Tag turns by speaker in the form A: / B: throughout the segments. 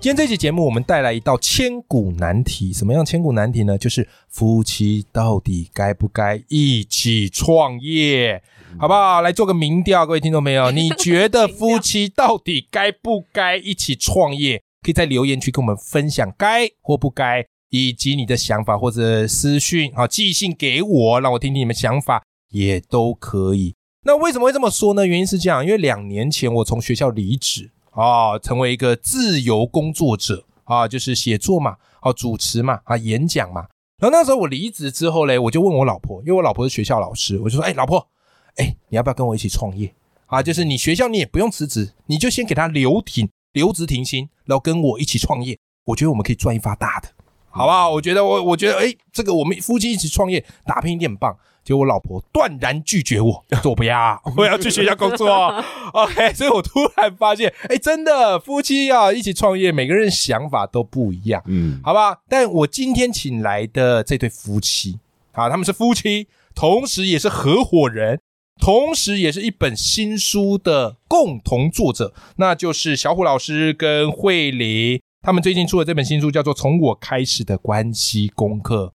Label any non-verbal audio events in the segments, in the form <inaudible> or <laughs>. A: 今天这期节目，我们带来一道千古难题。什么样千古难题呢？就是夫妻到底该不该一起创业，好不好？来做个民调，各位听众朋友，你觉得夫妻到底该不该一起创业？可以在留言区跟我们分享该或不该，以及你的想法或者私讯好寄信给我，让我听听你们想法，也都可以。那为什么会这么说呢？原因是这样，因为两年前我从学校离职啊，成为一个自由工作者啊，就是写作嘛，啊，主持嘛，啊，演讲嘛。然后那时候我离职之后嘞，我就问我老婆，因为我老婆是学校老师，我就说，哎、老婆，哎、你要不要跟我一起创业啊？就是你学校你也不用辞职，你就先给他留停留职停薪，然后跟我一起创业，我觉得我们可以赚一发大的，好不好？我觉得我我觉得哎、这个我们夫妻一起创业打拼一定很棒。结果我老婆断然拒绝 <laughs> 我，说我不要，我要去学校工 <laughs> 作。OK，所以我突然发现，哎、真的夫妻啊一起创业，每个人想法都不一样。
B: 嗯，
A: 好吧？但我今天请来的这对夫妻，啊，他们是夫妻，同时也是合伙人，同时也是一本新书的共同作者，那就是小虎老师跟慧玲。他们最近出的这本新书叫做《从我开始的关系功课》，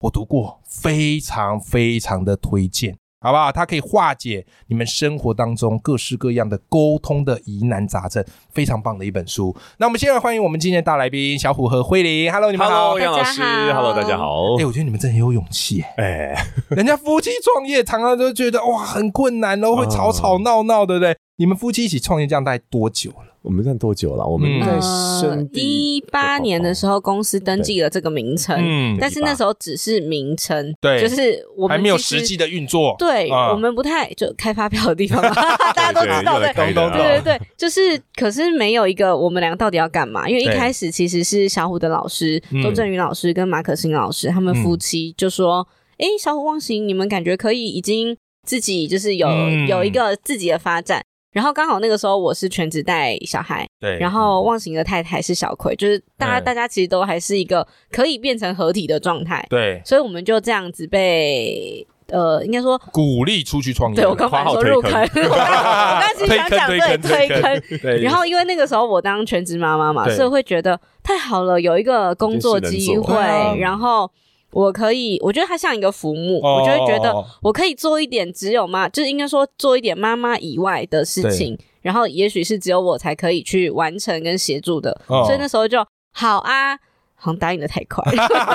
A: 我读过，非常非常的推荐，好不好？它可以化解你们生活当中各式各样的沟通的疑难杂症，非常棒的一本书。那我们现在欢迎我们今天的大来宾小虎和慧玲，Hello，你们好。
B: Hello，杨老师
C: 大家好
B: ，Hello，大家好
A: 哎、。我觉得你们真的很有勇气耶，
B: 哎，
A: <laughs> 人家夫妻创业常常都觉得哇很困难哦，会吵吵闹闹，对不对？你们夫妻一起创业这样大概多久了？
B: 我们站多久了？我们
A: 嗯
B: 在生
C: 呃一八年的时
B: 候，
C: 候，公司登记了这个名称，
A: 嗯
C: 但是那时候只是名称，
A: 对
C: 就是我们
A: 还没有
C: 其实
A: 实际的运作。
C: 对、
A: 啊
C: 我们不太就开发票的地方嘛，
A: <laughs>
C: <laughs> 大家都知道对。
B: 对
A: 懂
B: 对
A: 懂懂
C: 对对对，就是，可是没有一个我们俩到底要干嘛？因为一
A: 对
C: 开始其实是小虎的老师
A: 嗯
C: 周振宇老师跟马可欣老师他们夫妻就说：“诶，小虎忘形，你们感觉可以已经自己就是有、
A: 嗯
C: 有一个自己的发展。”然后刚好那个时候我是全职带小孩，
A: 对
C: 然后忘形的太太是小葵，就是大家、
A: 嗯
C: 大家其实都还是一个可以变成合体的状态，
A: 对，
C: 所以我们就这样子被呃，应该说，
A: 鼓励出去创业。
C: 对我刚
B: 花
C: 才
B: 好
C: 说
B: 推
C: 入
B: 坑
C: 坑，我刚我刚其实想讲
A: 推
C: 对
A: 坑推
C: 推
A: 坑
C: 坑，
B: 对，
C: 然后因为那个时候我当全职妈妈嘛，
A: 对
C: 所以会觉得太好了，有一个工作机
B: 有件事能
C: 会
B: 做
A: 对啊，
C: 然后我可以，我觉得它像一个浮木，
A: 哦
C: 我就会觉
A: 哦哦
C: 得
A: 哦
C: 我可以做一点只有妈，就是应该说做一点妈妈以外的事情，然后也许是只有我才可以去完成跟协助的，
A: 哦
C: 所以那时候就好啊，好像答应的太
A: <laughs>
C: 快。 <laughs>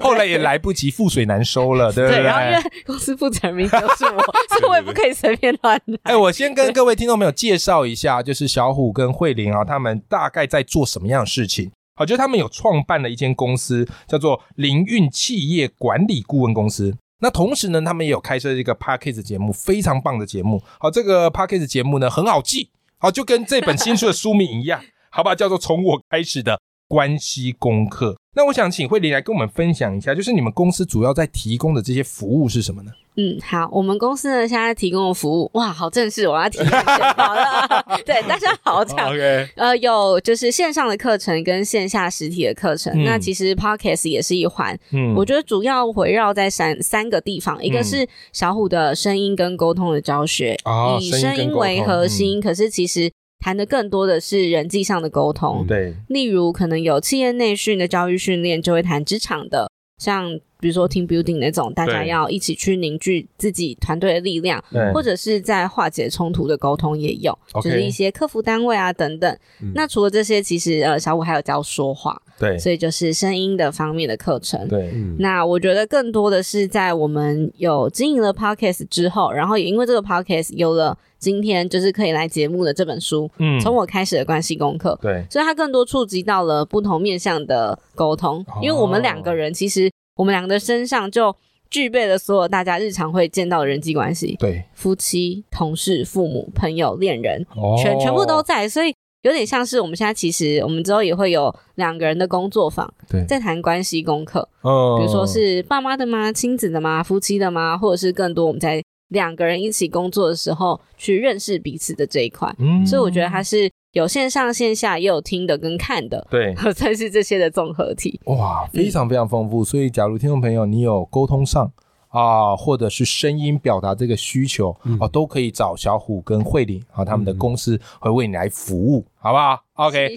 A: 后来也来不及，覆水难收了，对不
C: 对，然后因为公司负责人名字都是
A: <laughs>
C: 我，所以我也不可以随便乱
A: 哎、
C: 来。
A: 我先跟各位听众朋友介绍一下，就是小虎跟慧玲啊，他们大概在做什么样的事情。好，就是他们有创办了一间公司，叫做灵运企业管理顾问公司。那同时呢，他们也有开设一个 p a c k a g e 节目，非常棒的节目。好，这个 p a c k a g e 节目呢很好记，好，就跟这本新书的书名一
C: <laughs>
A: 样，好吧，叫做《从我开始的关系功课》。那我想请慧玲来跟我们分享一下，就是你们公司主要在提供的这些服务是什么呢？
C: 嗯，好，我们公司呢现在提供的服务，哇，好正式，我要提前讲好了。 <laughs> 对，大家好，这
A: 哦
C: 样
B: OK，
C: 呃，有就是线上的课程跟线下实体的课程，
A: 嗯
C: 那其实 Podcast 也是一环。
A: 嗯
C: 我觉得主要围绕在三三个地方，一个是小虎的声音跟沟通的教学，
A: 哦
C: 以
A: 声音
C: 声
A: 跟
C: 音
A: 沟
C: 为
A: 通嗯
C: 核心，可是其实谈的更多的是人际上的沟通。
A: 对，
C: 例如，可能有企业内训的教育训练，就会谈职场的，像比如说 team building 那种，大家
A: 对
C: 要一起去凝聚自己团队的力量。
A: 对
C: 或者是在化解冲突的沟通也有
A: OK
C: 就是一些客服单位啊等等。
B: 嗯
C: 那除了这些，其实呃，小五还有教说话，
A: 对
C: 所以就是声音的方面的课程。
A: 对，
B: 嗯
C: 那我觉得更多的是在我们有经营了 podcast 之后，然后也因为这个 podcast 有了今天就是可以来节目的这本书，
A: 嗯
C: 从我开始的关系功课，
A: 对
C: 所以它更多触及到了不同面向的沟通
A: 哦，
C: 因为我们两个人其实我们两个的身上就具备了所有大家日常会见到的人际关系，
A: 对，
C: 夫妻、同事、父母、朋友、恋人，
A: 哦
C: 全全部都在，所以有点像是我们现在其实我们之后也会有两个人的工作坊，
A: 对
C: 在谈关系功课，
A: 嗯
C: 比如说是爸妈的吗？亲子的吗？夫妻的吗？或者是更多我们在两个人一起工作的时候去认识彼此的这一块。
A: 嗯
C: 所以我觉得它是有线上线下，也有听的跟看的， <laughs>
A: 对，
C: 算是这些的综合体。
A: 哇，非常非常丰富。所以，假如听众朋友你有沟通上啊，或者是声音表达这个需求啊，都可以找小虎跟慧玲啊，他们的公司会为你来服务，好不好？OK，
C: 谢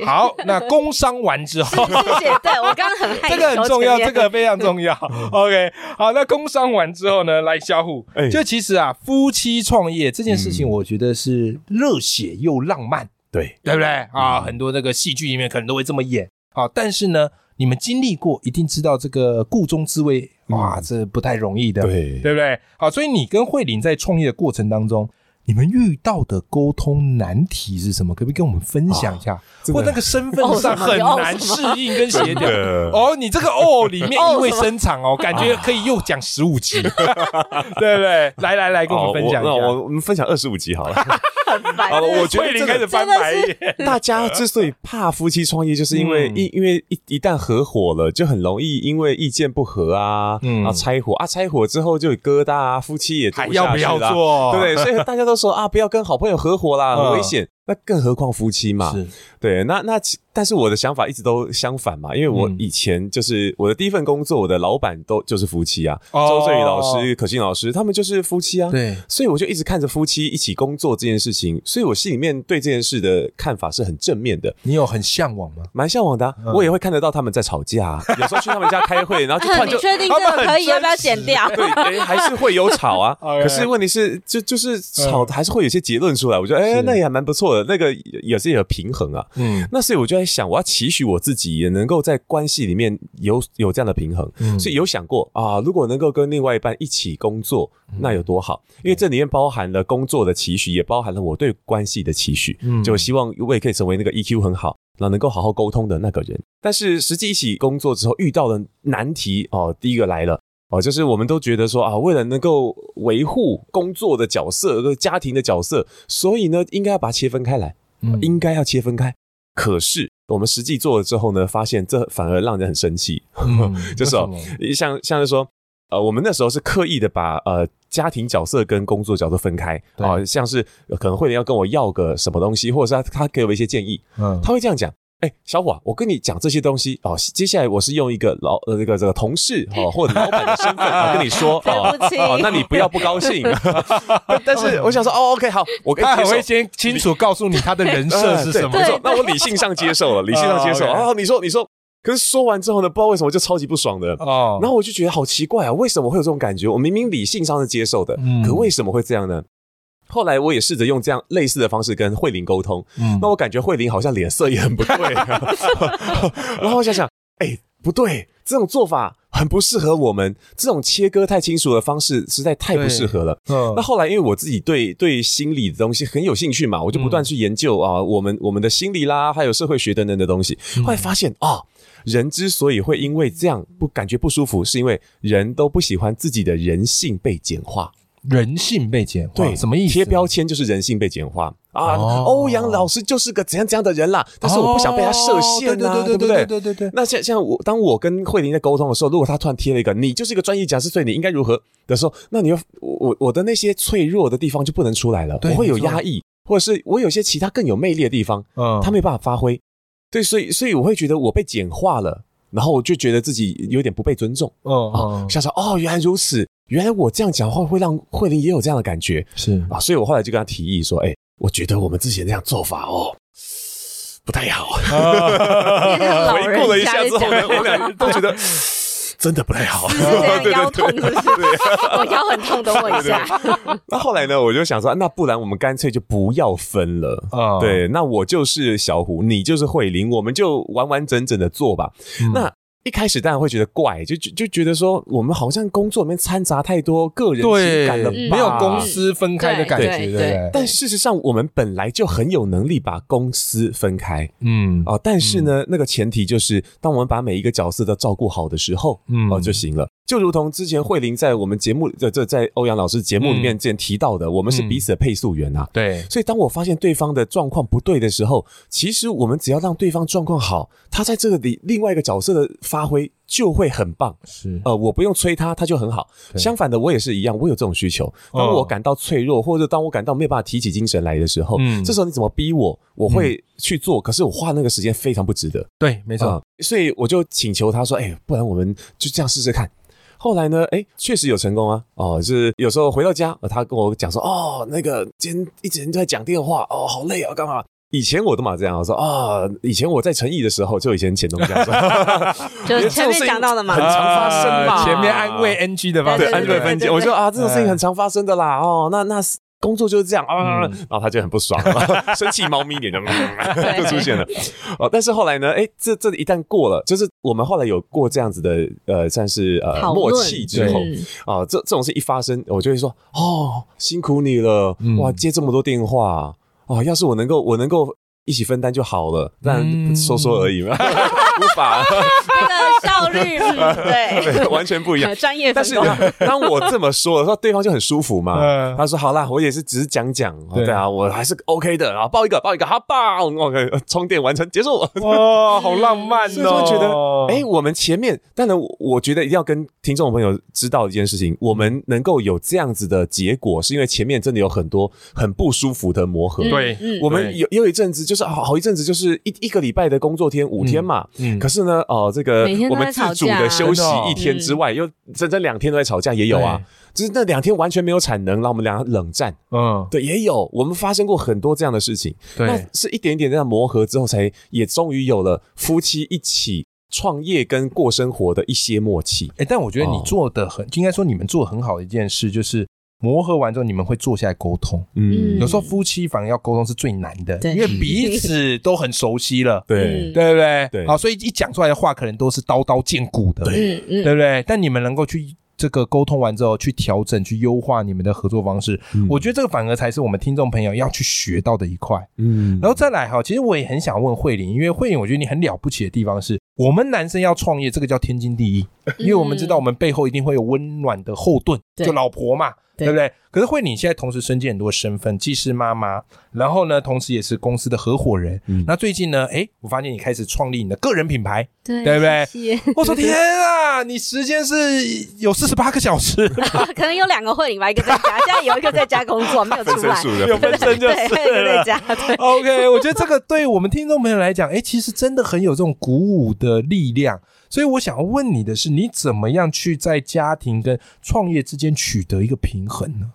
C: 谢，
A: 好，那工商完之后。
C: 谢谢。对我刚刚很害羞，
A: 这个很重要，
C: 前面
A: 这个非常重要。OK，好，那工商完之后呢，来小虎，
B: 哎
A: 就其实啊，夫妻创业这件事情，我觉得是热血又浪漫，
B: 对，
A: 对不对啊？很多那个戏剧里面可能都会这么演啊，但是呢，你们经历过，一定知道这个故中滋味，哇，这不太容易的，
B: 对
A: 对不对？好，所以你跟慧玲在创业的过程当中。你们遇到的沟通难题是什么？可不可以跟我们分享一下？
B: 真
A: 或
B: 的
A: 那个身份上很难适应跟协调。
B: <laughs> 的
A: 哦，你这个哦里面意味深长哦，感觉可以又讲十五
B: <laughs>
A: 集，对不对？来来哎来，跟我们分享一
B: 那
A: 下。
B: 啊我我们分享二十五
A: <laughs>
B: 集好了。
C: 很烦
B: 好了，我
A: 慧
C: 真的
B: 觉得
A: 玲
B: 这
A: 开始
B: 个
A: 翻白眼，
B: 大家之所以怕夫妻创业，就是因为
A: 嗯
B: 一因为一一旦合伙了，就很容易因为意见不合啊，
A: 嗯
B: 啊拆伙啊，拆伙之后就有疙瘩啊，夫妻也做
A: 还
B: <laughs> 下去
A: 要不哎要
B: 啦？
A: 做？
B: 对不对，所以大家都说啊，不要跟好朋友合伙啦，
A: 嗯
B: 很危险。那更何况夫妻嘛，
A: 是，
B: 对，那那其但是我的想法一直都相反嘛，因为我
A: 嗯
B: 以前就是我的第一份工作，我的老板都就是夫妻啊，
A: 哦
B: 周振宇老师、可心老师，他们就是夫妻啊，
A: 对，
B: 所以我就一直看着夫妻一起工作这件事情，所以我心里面对这件事的看法是很正面的，
A: 你有很向往吗？
B: 蛮向往的啊、
A: 嗯
B: 我也会看得到他们在吵架啊、有时候去他们家开会，然后就突然
C: 啊你
B: 就。
C: 确定
A: 他
C: 这
A: 们
C: 个
A: 很
C: 可以？要不要
A: 真实
C: 剪掉？
A: <laughs>
B: 对，诶还是会有吵啊。
A: OK
B: 可是问题是，就就是吵，还是会有些结论出来。我觉得，
A: 嗯
B: 哎、
A: 是
B: 那也还蛮不错的，那个也也是有平衡啊。
A: 嗯
B: 那所以我就在想，我要期许我自己也能够在关系里面有有这样的平衡。
A: 嗯
B: 所以有想过啊，如果能够跟另外一半一起工作，那有多好？因为这里面包含了工作的期许，也包含了我对关系的期许。
A: 嗯
B: 就希望我也可以成为那个 EQ 很好，然后能够好好沟通的那个人。但是实际一起工作之后遇到的难题哦，第一个来了。哦，就是我们都觉得说啊，为了能够维护工作的角色、跟家庭的角色，所以呢，应该要把它切分开来。
A: 嗯
B: 应该要切分开。可是我们实际做了之后呢，发现这反而让人很生气，
A: 嗯
B: <laughs> 就是、哦
A: 为什、
B: 像像是说，呃，我们那时候是刻意的把呃家庭角色跟工作角色分开
A: 对
B: 啊、像是呃可能会要跟我要个什么东西，或者是他他给我一些建议，
A: 嗯
B: 他会这样讲。哎、小伙、啊，我跟你讲这些东西哦。接下来我是用一个老呃这个这个同事
A: <laughs>
B: 哦或者老板的身份啊跟你说哦
C: 对不起
B: 哦，那你不要不高兴。
A: <laughs>
B: 但但是我想说哦，OK 好，我跟你
A: 他
B: 接
A: 很
B: 受
A: 会先清楚告诉你他的人 <laughs> 设是什么
B: <laughs> 呃对没。
C: 对
B: 错那我理性上接受
A: <laughs>
B: 了，理性上接受。
A: 啊
B: 啊，你说你说，可是说完之后呢，不知道为什么就超级不爽的。
A: 哦
B: 然后我就觉得好奇怪啊，为什么会有这种感觉？我明明理性上是接受的
A: 嗯，
B: 可为什么会这样呢？后来我也试着用这样类似的方式跟慧玲沟通，
A: 嗯
B: 那我感觉慧玲好像脸色也很不对、啊
A: <laughs>
B: 然后我想想，哎、不对，这种做法很不适合我们，这种切割太清楚的方式实在太不适合了。
A: 嗯
B: 那后来因为我自己对对心理的东西很有兴趣嘛，我就不
A: 嗯
B: 断去研究啊、我们我们的心理啦，还有社会学等等的东西。
A: 嗯
B: 后来发现啊、人之所以会因为这样不感觉不舒服，是因为人都不喜欢自己的人性被简化。
A: 人性被简化，
B: 对，
A: 什么意思？
B: 贴标签就是人性被简化啊！
A: 哦
B: 欧阳老师就是个怎样怎样的人啦，但是我不想被他设限啊，
A: 哦对
B: 对
A: 对
B: 不对？
A: 对对对对，
B: <laughs> 那像像我，当我跟慧玲在沟通的时候，如果她突然贴了一个“你就是一个专业讲师，所以你应该如何”的时候，那你会我我我的那些脆弱的地方就不能出来了，
A: 对
B: 我会有
A: 没错
B: 压抑，或者是我有些其他更有魅力的地方，
A: 嗯
B: 他没办法发挥。对，所以所以我会觉得我被简化了，然后我就觉得自己有点不被尊重
A: 嗯
B: 啊，
A: 嗯
B: 想想哦，原来如此，原来我这样讲话会让慧玲也有这样的感觉， <laughs>
A: 是 <laughs>
B: 啊，所以我后来就跟他提议说，哎、我觉得我们之前那样做法哦，不太好。
C: 变成老
B: <laughs> 回顾了一
C: 人家
B: 下
C: 在
B: 之
C: 讲
B: 后呢，我俩都觉得 <laughs> 真的不太好。
C: 是这
B: <laughs>
C: 样
B: 对
C: 腰
B: 对
C: 痛
B: 对。
C: 是不是？
A: 啊
C: 我腰很痛，等我一下。
B: 那后来呢，我就想说，啊那不然我们干脆就不要分了。
A: 啊
B: 对，那我就是小胡，你就是慧玲，我们就完完整整的做吧。
A: 嗯
B: 那一开始当然会觉得怪，就就就觉得说，我们好像工作里面掺杂太多个人情感了吧，
A: 对，没有公司分开的感觉，对
C: 嗯对
A: 不
C: 对
A: 对？
B: 但事实上，我们本来就很有能力把公司分开
A: 嗯
B: 哦、但是呢，那个前提就是，当我们把每一个角色都照顾好的时候，
A: 嗯
B: 哦、就行了。就如同之前慧玲在我们节目，这这在欧阳老师节目里面之前提到的，我们是
A: 嗯
B: 彼此的配速员啊。
A: 对，
B: 所以，当我发现对方的状况不对的时候，其实我们只要让对方状况好，他在这个里另外一个角色的发挥就会很棒。
A: 是
B: 呃，我不用催他，他就很好。
A: 嗯对
B: 相反的，我也是一样，我有这种需求。当
A: 哦
B: 我感到脆弱，或者当我感到没有办法提起精神来的时候，
A: 嗯
B: 这时候你怎么逼我，我会去做。可是我花那个时间非常不值得。
A: 对，没错，
B: 嗯所以我就请求他说：“哎、不然我们就这样试试看。”后来呢？哎，确实有成功啊！哦，就是有时候回到家，呃他跟我讲说：“哦，那个今天一整天都在讲电话，哦，好累啊，干嘛？”以前我都嘛这样，我说啊、以前我在诚毅的时候，就以前钱东家说，
A: 嗯
C: <laughs>
B: <laughs>
C: 就是
B: 因为这种
C: 前面
B: 事情
C: 讲到的嘛
B: 很常发生嘛。
A: 啊前面安慰 NG 的方式，
B: 对
C: 对
B: 安
C: 对
B: 慰
C: 对
B: 分
C: 对
B: 解，
C: 对
B: 我就啊，这种事情
A: 嗯
B: 很常发生的啦。哦，那那工作就是这样啊，
A: 嗯
B: 然后他就很不爽， <laughs> 生气猫咪脸就
C: 对
B: <laughs> 就出现了。哦，但是后来呢，哎，这这一旦过了，就是我们后来有过这样子的呃，算是呃
C: 讨论
B: 默契之后
C: 嗯
B: 啊，这这种事一发生，我就会说哦，辛苦你了
A: 嗯，
B: 哇，接这么多电话哦，要是我能够，我能够。一起分担就好了，但
A: 嗯
B: 说说而已嘛，无
C: <laughs>
B: 法，
C: 它的效率，嗯，
A: <laughs>
B: 对，完全不一样
C: 对，。专业嗯分
B: 但是
C: 工，
B: 当我这么说的时候，对方就很舒服嘛。
A: 嗯
B: 他说：“好啦，我也是只是讲讲，哦
A: 对
B: 对啊，我还是 OK 的啊，抱一个，抱一个，好棒！OK，充电完成，结束。”
A: 哇，好浪漫
B: 所以
A: 哦！
B: 就觉得，哎、我们前面，当然我，我觉得一定要跟听众朋友知道一件事情，我们能够有这样子的结果，是因为前面真的有很多很不舒服的磨合。
C: 嗯
A: 对
C: 嗯
B: 我们有有一阵子，就是好好一阵子，就是一一个礼拜的工作天五天嘛，
A: 嗯
B: 可是呢，哦、这个
C: 每天都
B: 我
C: 在
B: 们自主
C: 吵架
B: 的休息
A: 真的哦
B: 一天之外，又整整两天都在吵架，也有啊。就是那两天完全没有产能，然后我们俩冷战，
A: 嗯，
B: 对，也有。我们发生过很多这样的事情，那
A: 对，
B: 是一点一点这样磨合之后，才也终于有了夫妻一起创业跟过生活的一些默契。
A: 哎，但我觉得你
B: 哦，
A: 做的很，应该说你们做得很好的一件事，就是磨合完之后，你们会坐下来沟通。
C: 嗯
A: 有时候夫妻反而要沟通是最难的，
C: 对
A: 因为彼此都很熟悉了
B: 对
C: 嗯
A: 对不对？
B: 对
A: 好，所以一讲出来的话，可能都是刀刀见骨的，
C: 嗯嗯，
A: 对不对？但你们能够去这个沟通完之后，去调整、去优化你们的合作方式，
B: 嗯
A: 我觉得这个反而才是我们听众朋友要去学到的一块。
B: 嗯
A: 然后再来哈，其实我也很想问慧玲，因为慧玲，我觉得你很了不起的地方是，我们男生要创业，这个叫天经地义，因为我们知道我们背后一定会有温暖的后盾，
C: 对
A: 就老婆嘛，
C: 对
A: 对不对？可是慧玲现在同时身兼很多身份，既是妈妈，然后呢，同时也是公司的合伙人。
B: 嗯
A: 那最近呢，哎，我发现你开始创立你的个人品牌，
C: 对
A: 对不对
C: 谢谢
A: 我说天啊，你时间是有四十八个小时，
C: 啊可能有两个会领吧，一个在家，现在有一个在家工作，没有出来，
A: 有分身就
C: 对，还有一
A: 是
C: 个在
A: 了。
C: 家，对，
A: OK，我觉得这个对我们听众朋友来讲，哎、其实真的很有这种鼓舞的力量。所以我想要问你的是，你怎么样去在家庭跟创业之间取得一个平衡呢？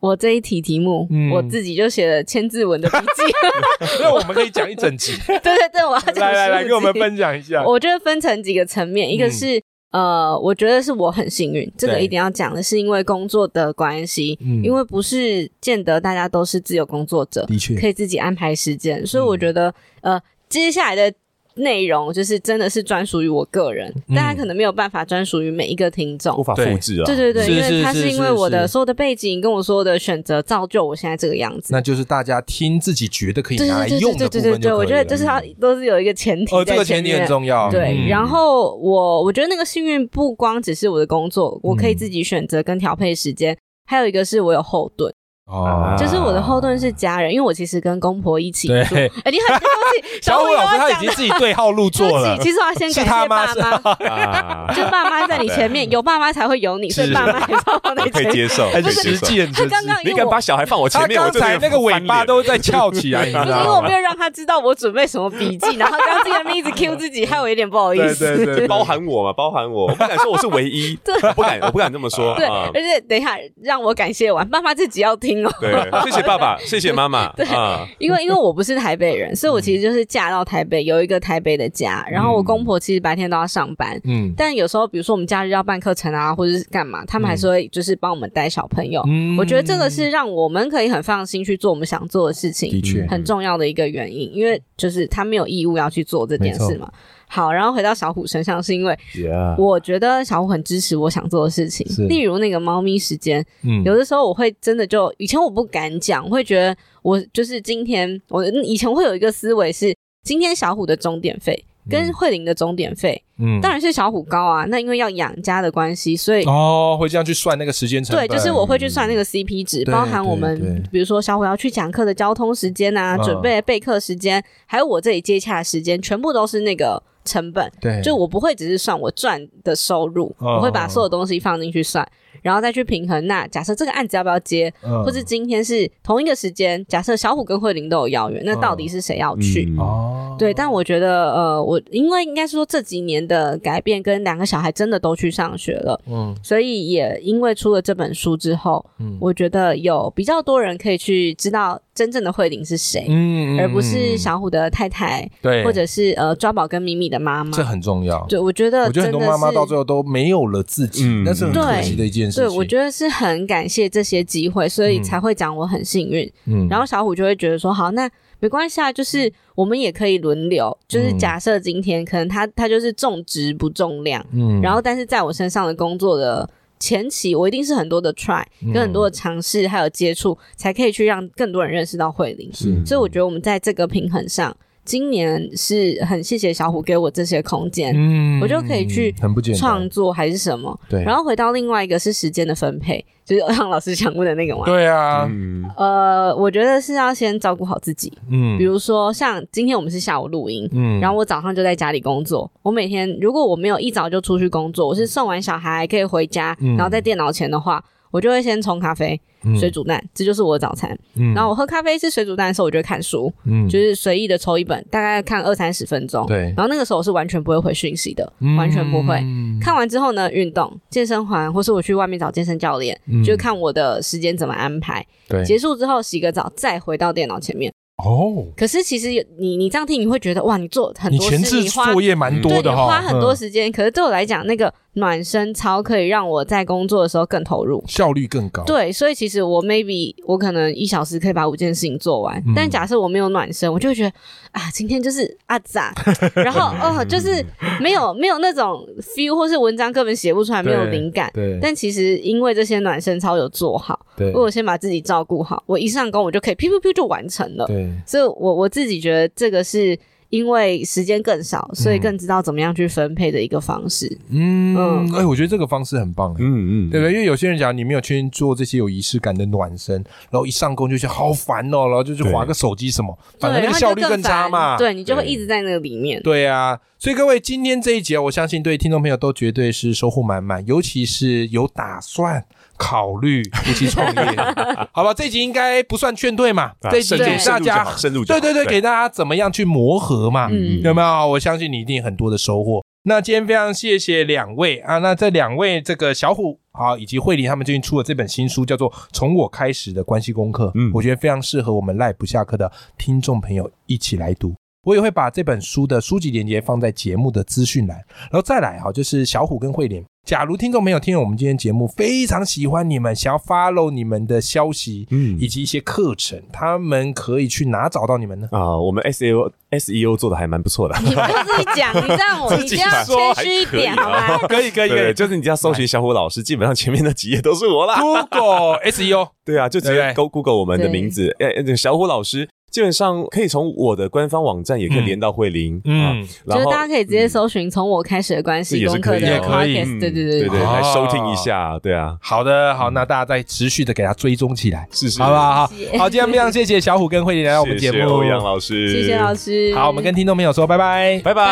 C: 我这一题题目，
A: 嗯
C: 我自己就写了千字文的
A: <laughs>
C: 笔记。
A: 那我们可以讲一整集，
C: 对对对，我要
A: 来
C: 讲
A: 来来，
C: 书
A: 跟我们
C: 籍。
A: 分享一下。
C: 我觉得分成几个层面，一个
A: 嗯
C: 是、呃，我觉得是我很幸运，这个
A: 对
C: 一定要讲的是因为工作的关系，
A: 嗯
C: 因为不是见得大家都是自由工作者，
A: 的确
C: 可以自己安排时间，所以我
A: 嗯
C: 觉得、呃，接下来的。内容就是真的是专属于我个人，
A: 嗯
C: 大家可能没有办法专属于每一个听众
B: 无，法复制啊。
C: 对对对，
A: 是
C: 因为
A: 是
C: 它
A: 是
C: 是因为
A: 是
C: 我的
A: 是
C: 所有的背景跟我所有的选择造就我现在这个样子。
A: 那就是大家听自己觉得可以
C: 对
A: 拿来
C: 对
A: 用
C: 对
A: 的
C: 对对
A: 部
C: 对
A: 分
C: 对，
A: 就
C: 我
A: 可以
C: 觉得这是
A: 了。
C: 它都是有一个前提
A: 哦，这
C: 在
A: 个
C: 前
A: 前提
C: 面
A: 很。重要。
C: 对，
A: 嗯
C: 然后我我觉得那个幸运不光只是我的工作，我
A: 嗯
C: 可以自己选择跟调配时间，还有一个是我有后盾，
A: 哦，
C: 就是我的后盾是家人，因为我其实跟公婆一起住。
A: 对
C: 哎，你很对不起，
A: <laughs> 小
C: 小
A: 虎
C: 虎
A: 老师
C: 要
A: 他已
C: 讲
A: 经
C: 的
A: 自己对号入座
C: 对
A: 了
C: 不起，，其实我要先
A: 是
C: 感谢
A: 他
C: 爸
A: 吗？
C: 妈，
A: 是 <laughs> 他
B: <laughs> 啊，
C: 就爸妈在你前面，有爸妈才会有你，所以
A: 是
C: 爸妈也是放在
B: 可
C: 前
B: 以
C: 面。
A: <laughs>
B: 接受，
A: 很
B: 可以接
A: 实
B: 受。
A: 际，很实
C: 他刚
A: 际
C: 刚。
B: 你敢把小孩放我前
A: 他
B: 面，我
A: 刚
B: 真的
A: 才那个尾巴都在翘起来，你知
C: 因为
A: 道
C: 我
A: 吗
C: 没？有让他知道我准备什么笔
A: <laughs>
C: 记，然后刚刚这个妹子 Q 自己，害我有点不好意
A: 对
C: 思。
A: 对对，
B: 包含我嘛，包含我，我不敢说我是唯
C: <laughs>
B: 一，我不敢，我不敢这么说。
C: 对，
B: 啊
C: 而且等一下让我感谢完，爸妈自己要听
A: <laughs>
C: 哦。
B: 对，谢谢爸
C: <laughs>
B: 爸，谢谢妈妈啊，
C: 因为因为我不是台北人，所以我其实就是嫁到台北，有一个台北的家。然后我公婆其实白天都要上班，
A: 嗯
C: 但有时候比如说我们假日要办课程啊，或者是干嘛，他们还是会就是帮我们带小朋友。
A: 嗯
C: 我觉得这个是让我们可以很放心去做我们想做的事
A: 的
C: 情，
A: 确
C: 很重要的一个原因，因为就是他没有义务要去做这件事嘛。好，然后回到小虎身上，是因为
B: Yeah
C: 我觉得小虎很支持我想做的事情
A: 是，
C: 例如那个猫咪时间，
A: 嗯
C: 有的时候我会真的就，以前我不敢讲，会觉得我就是今天我以前会有一个思维是，今天小虎的终点费跟慧玲的总点费，
A: 嗯
C: 当然是小虎高啊。那因为要养家的关系，所以
A: 哦，会这样去算那个时间成
C: 对，
A: 本，嗯
C: 就是我会去算那个 CP 值，
A: 对
C: 包含我
A: 对
C: 们
A: 对
C: 比如说小虎要去讲课的交通时间啊，
A: 嗯
C: 准备备课时间，还有我这里接洽的时间，全部都是那个成本。
A: 对，
C: 就我不会只是算我赚的收入，
A: 哦
C: 我会把所有东西放进去算，然后再去平衡。那假设这个案子要不要接，
A: 嗯
C: 或是今天是同一个时间，假设小虎跟慧玲都有邀约，那
A: 嗯
C: 到底是谁要去？
B: 嗯
A: 哦，
C: 对，但我觉得，呃，我因为应该是说这几年的改变，跟两个小孩真的都去上学了，
A: 嗯
C: 所以也因为出了这本书之后，
A: 嗯
C: 我觉得有比较多人可以去知道真正的慧玲是谁，
A: 嗯
C: 而不是
A: 想
C: 小虎的太太，
A: 对，
C: 或者是呃抓宝跟米米的妈妈
A: 这。很重要。
C: 对，我觉得
A: 我觉得很
C: 真
A: 多
C: 的
A: 妈妈
C: 是
A: 到最后都没有了自己，
B: 嗯
A: 那是很可惜的一件事情。
C: 对，我觉得是很感谢这些机会，所以
A: 嗯
C: 才会讲我很幸运。
A: 嗯
C: 然后小虎就会觉得说，好，那没关系啊，就是我们也可以轮流，就是
A: 嗯
C: 假设今天可能他他就是重质不重量，
A: 嗯
C: 然后但是在我身上的工作的。前期我一定是很多的 try，
A: 嗯
C: 跟很多的尝试，还有接触，才可以去让更多人认识到慧玲。
A: 是
C: 所以我觉得我们在这个平衡上，今年是很谢谢小虎给我这些空 <laughs> 间，
A: 嗯
C: 我就可以去
A: 很不简
C: 创
A: 单。
C: 作还是什么。
A: 对，
C: 然后回到另外一个是时间的分配，就是 <laughs> 让老师想问的那个嘛。
A: 对啊，
B: 嗯
C: 呃，我觉得是要先照顾好自己，
A: 嗯，
C: 比如说像今天我们是下午录音。
A: 嗯，
C: 然后我早上就在家里工作。我每天如果我没有一早就出去工作，我是送完小孩可以回家，
A: 嗯
C: 然后在电脑前的话，我就会先冲咖啡、
A: 嗯
C: 水，煮蛋，这就是我的早餐。
A: 嗯
C: 然后我喝咖啡吃水煮蛋的时候，我就会看书，
A: 嗯
C: 就是随意的抽一本，大概看二三十分钟。
A: 对，
C: 然后那个时候我是完全不会回讯息的，
A: 嗯
C: 完全不会。看完之后呢，运动、健身环，或是我去外面找健身教练，
A: 嗯
C: 就看我的时间怎么安排。
A: 对
C: 结束之后洗个澡，再回到电脑前面。
A: 哦，
C: 可是其实有你你这样听，你会觉得哇，你做很
A: 你
C: 多
A: 前
C: 事，
A: 置
C: 你花
A: 作业蛮多
C: 对
A: 的
C: 你
A: 哈，
C: 花很多
A: 嗯
C: 时间。可是对我来讲，那个暖身操可以让我在工作的时候更投入。
A: 效率更高。
C: 对，所以其实我 maybe 我可能一小时可以把五件事情做完，
A: 嗯
C: 但假设我没有暖身，我就会觉得啊，今天就是啊
A: <laughs>
C: 咋，然后哦、就是没有没有那种 feel，或是文章根本写不出来，没有
A: 对
C: 灵感。
A: 对
C: 但其实因为这些暖身操有做好，
A: 对
C: 我有先把自己照顾好，我一上工我就可以噗噗噗就完成了。
A: 对，
C: 所以我，我自己觉得这个是因为时间更少，所以更知道怎么样去分配的一个方式。
A: 嗯，
C: 嗯
A: 哎，我觉得这个方式很棒，哎
B: 嗯嗯，
A: 对不对？因为有些人讲你没有去做这些有仪式感的暖身，然后一上工就觉得好烦哦，然后就去划个手机什么，反正那
C: 对，然
A: 个
C: 后
A: 效
C: 就
A: 率更差
C: 烦
A: 嘛。
C: 对你就会
B: 对
C: 一直在那个里面。
A: 对啊，所以各位，今天这一节，我相信对听众朋友都绝对是收获满满，尤其是有打算考虑夫妻创
C: <laughs>
A: 业，好吧？这一集应该不算劝退嘛，
B: 啊
A: 这一集
B: 深入
A: 给大
B: 深入就
A: 家
B: 好，深入就
A: 对
B: 好
A: 对对，给大家怎么样去磨合嘛，
C: 嗯
A: 有没有？我相信你一定很多的收获。那今天非常谢谢两位啊，那这两位这个小虎好以及慧玲他们最近出了这本新书，叫做《从我开始的关系功课》，
B: 嗯
A: 我觉得非常适合我们赖不下课的听众朋友一起来读。我也会把这本书的书籍链接放在节目的资讯栏，然后再来哈，就是小虎跟慧玲。假如听众朋友听了我们今天节目，非常喜欢你们，想要 follow 你们的消息，
B: 嗯
A: 以及一些课程，他们可以去哪找到你
B: <laughs>
A: 们呢？
B: 啊，我们 SEO SEO E 做的还蛮不错的。
C: 你不要自己讲，你这样我，你这样
B: 说
C: 谦虚一点好
B: 还可以啊
C: 吗？
A: 可以，可
B: 对，就是你只要搜寻小虎老师，基本上前面那几页都是
A: <laughs>
B: 我啦。
A: Google E SEO，
B: 对啊，就直
A: 对
B: 接 Go Google 我们的名字，哎，哎这个小虎老师基本上可以从我的官方网站也可以连到慧玲，啊，
A: 嗯，
C: 就
B: 然
C: 是
B: 后
C: 大家可以直接搜寻“从我开始的关系
B: 也是
C: 功课”
B: 可以
C: 的
A: 啊也可以
C: podcast，
B: 嗯
C: 对对
B: 对
C: 对
B: 对，
A: 哦
B: 来收听一下，对啊，
A: 好的，好，那大家再持续的给它追踪起来，
B: 是是，
A: 好不好？好
C: 谢谢，
A: 今天非常谢谢小虎跟慧玲来到我们节
B: 谢谢
A: 目
B: 欧，阳老师，
C: 谢谢老师。
A: 好，我们跟听众朋友说拜拜。
B: 拜
C: 拜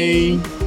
C: 拜。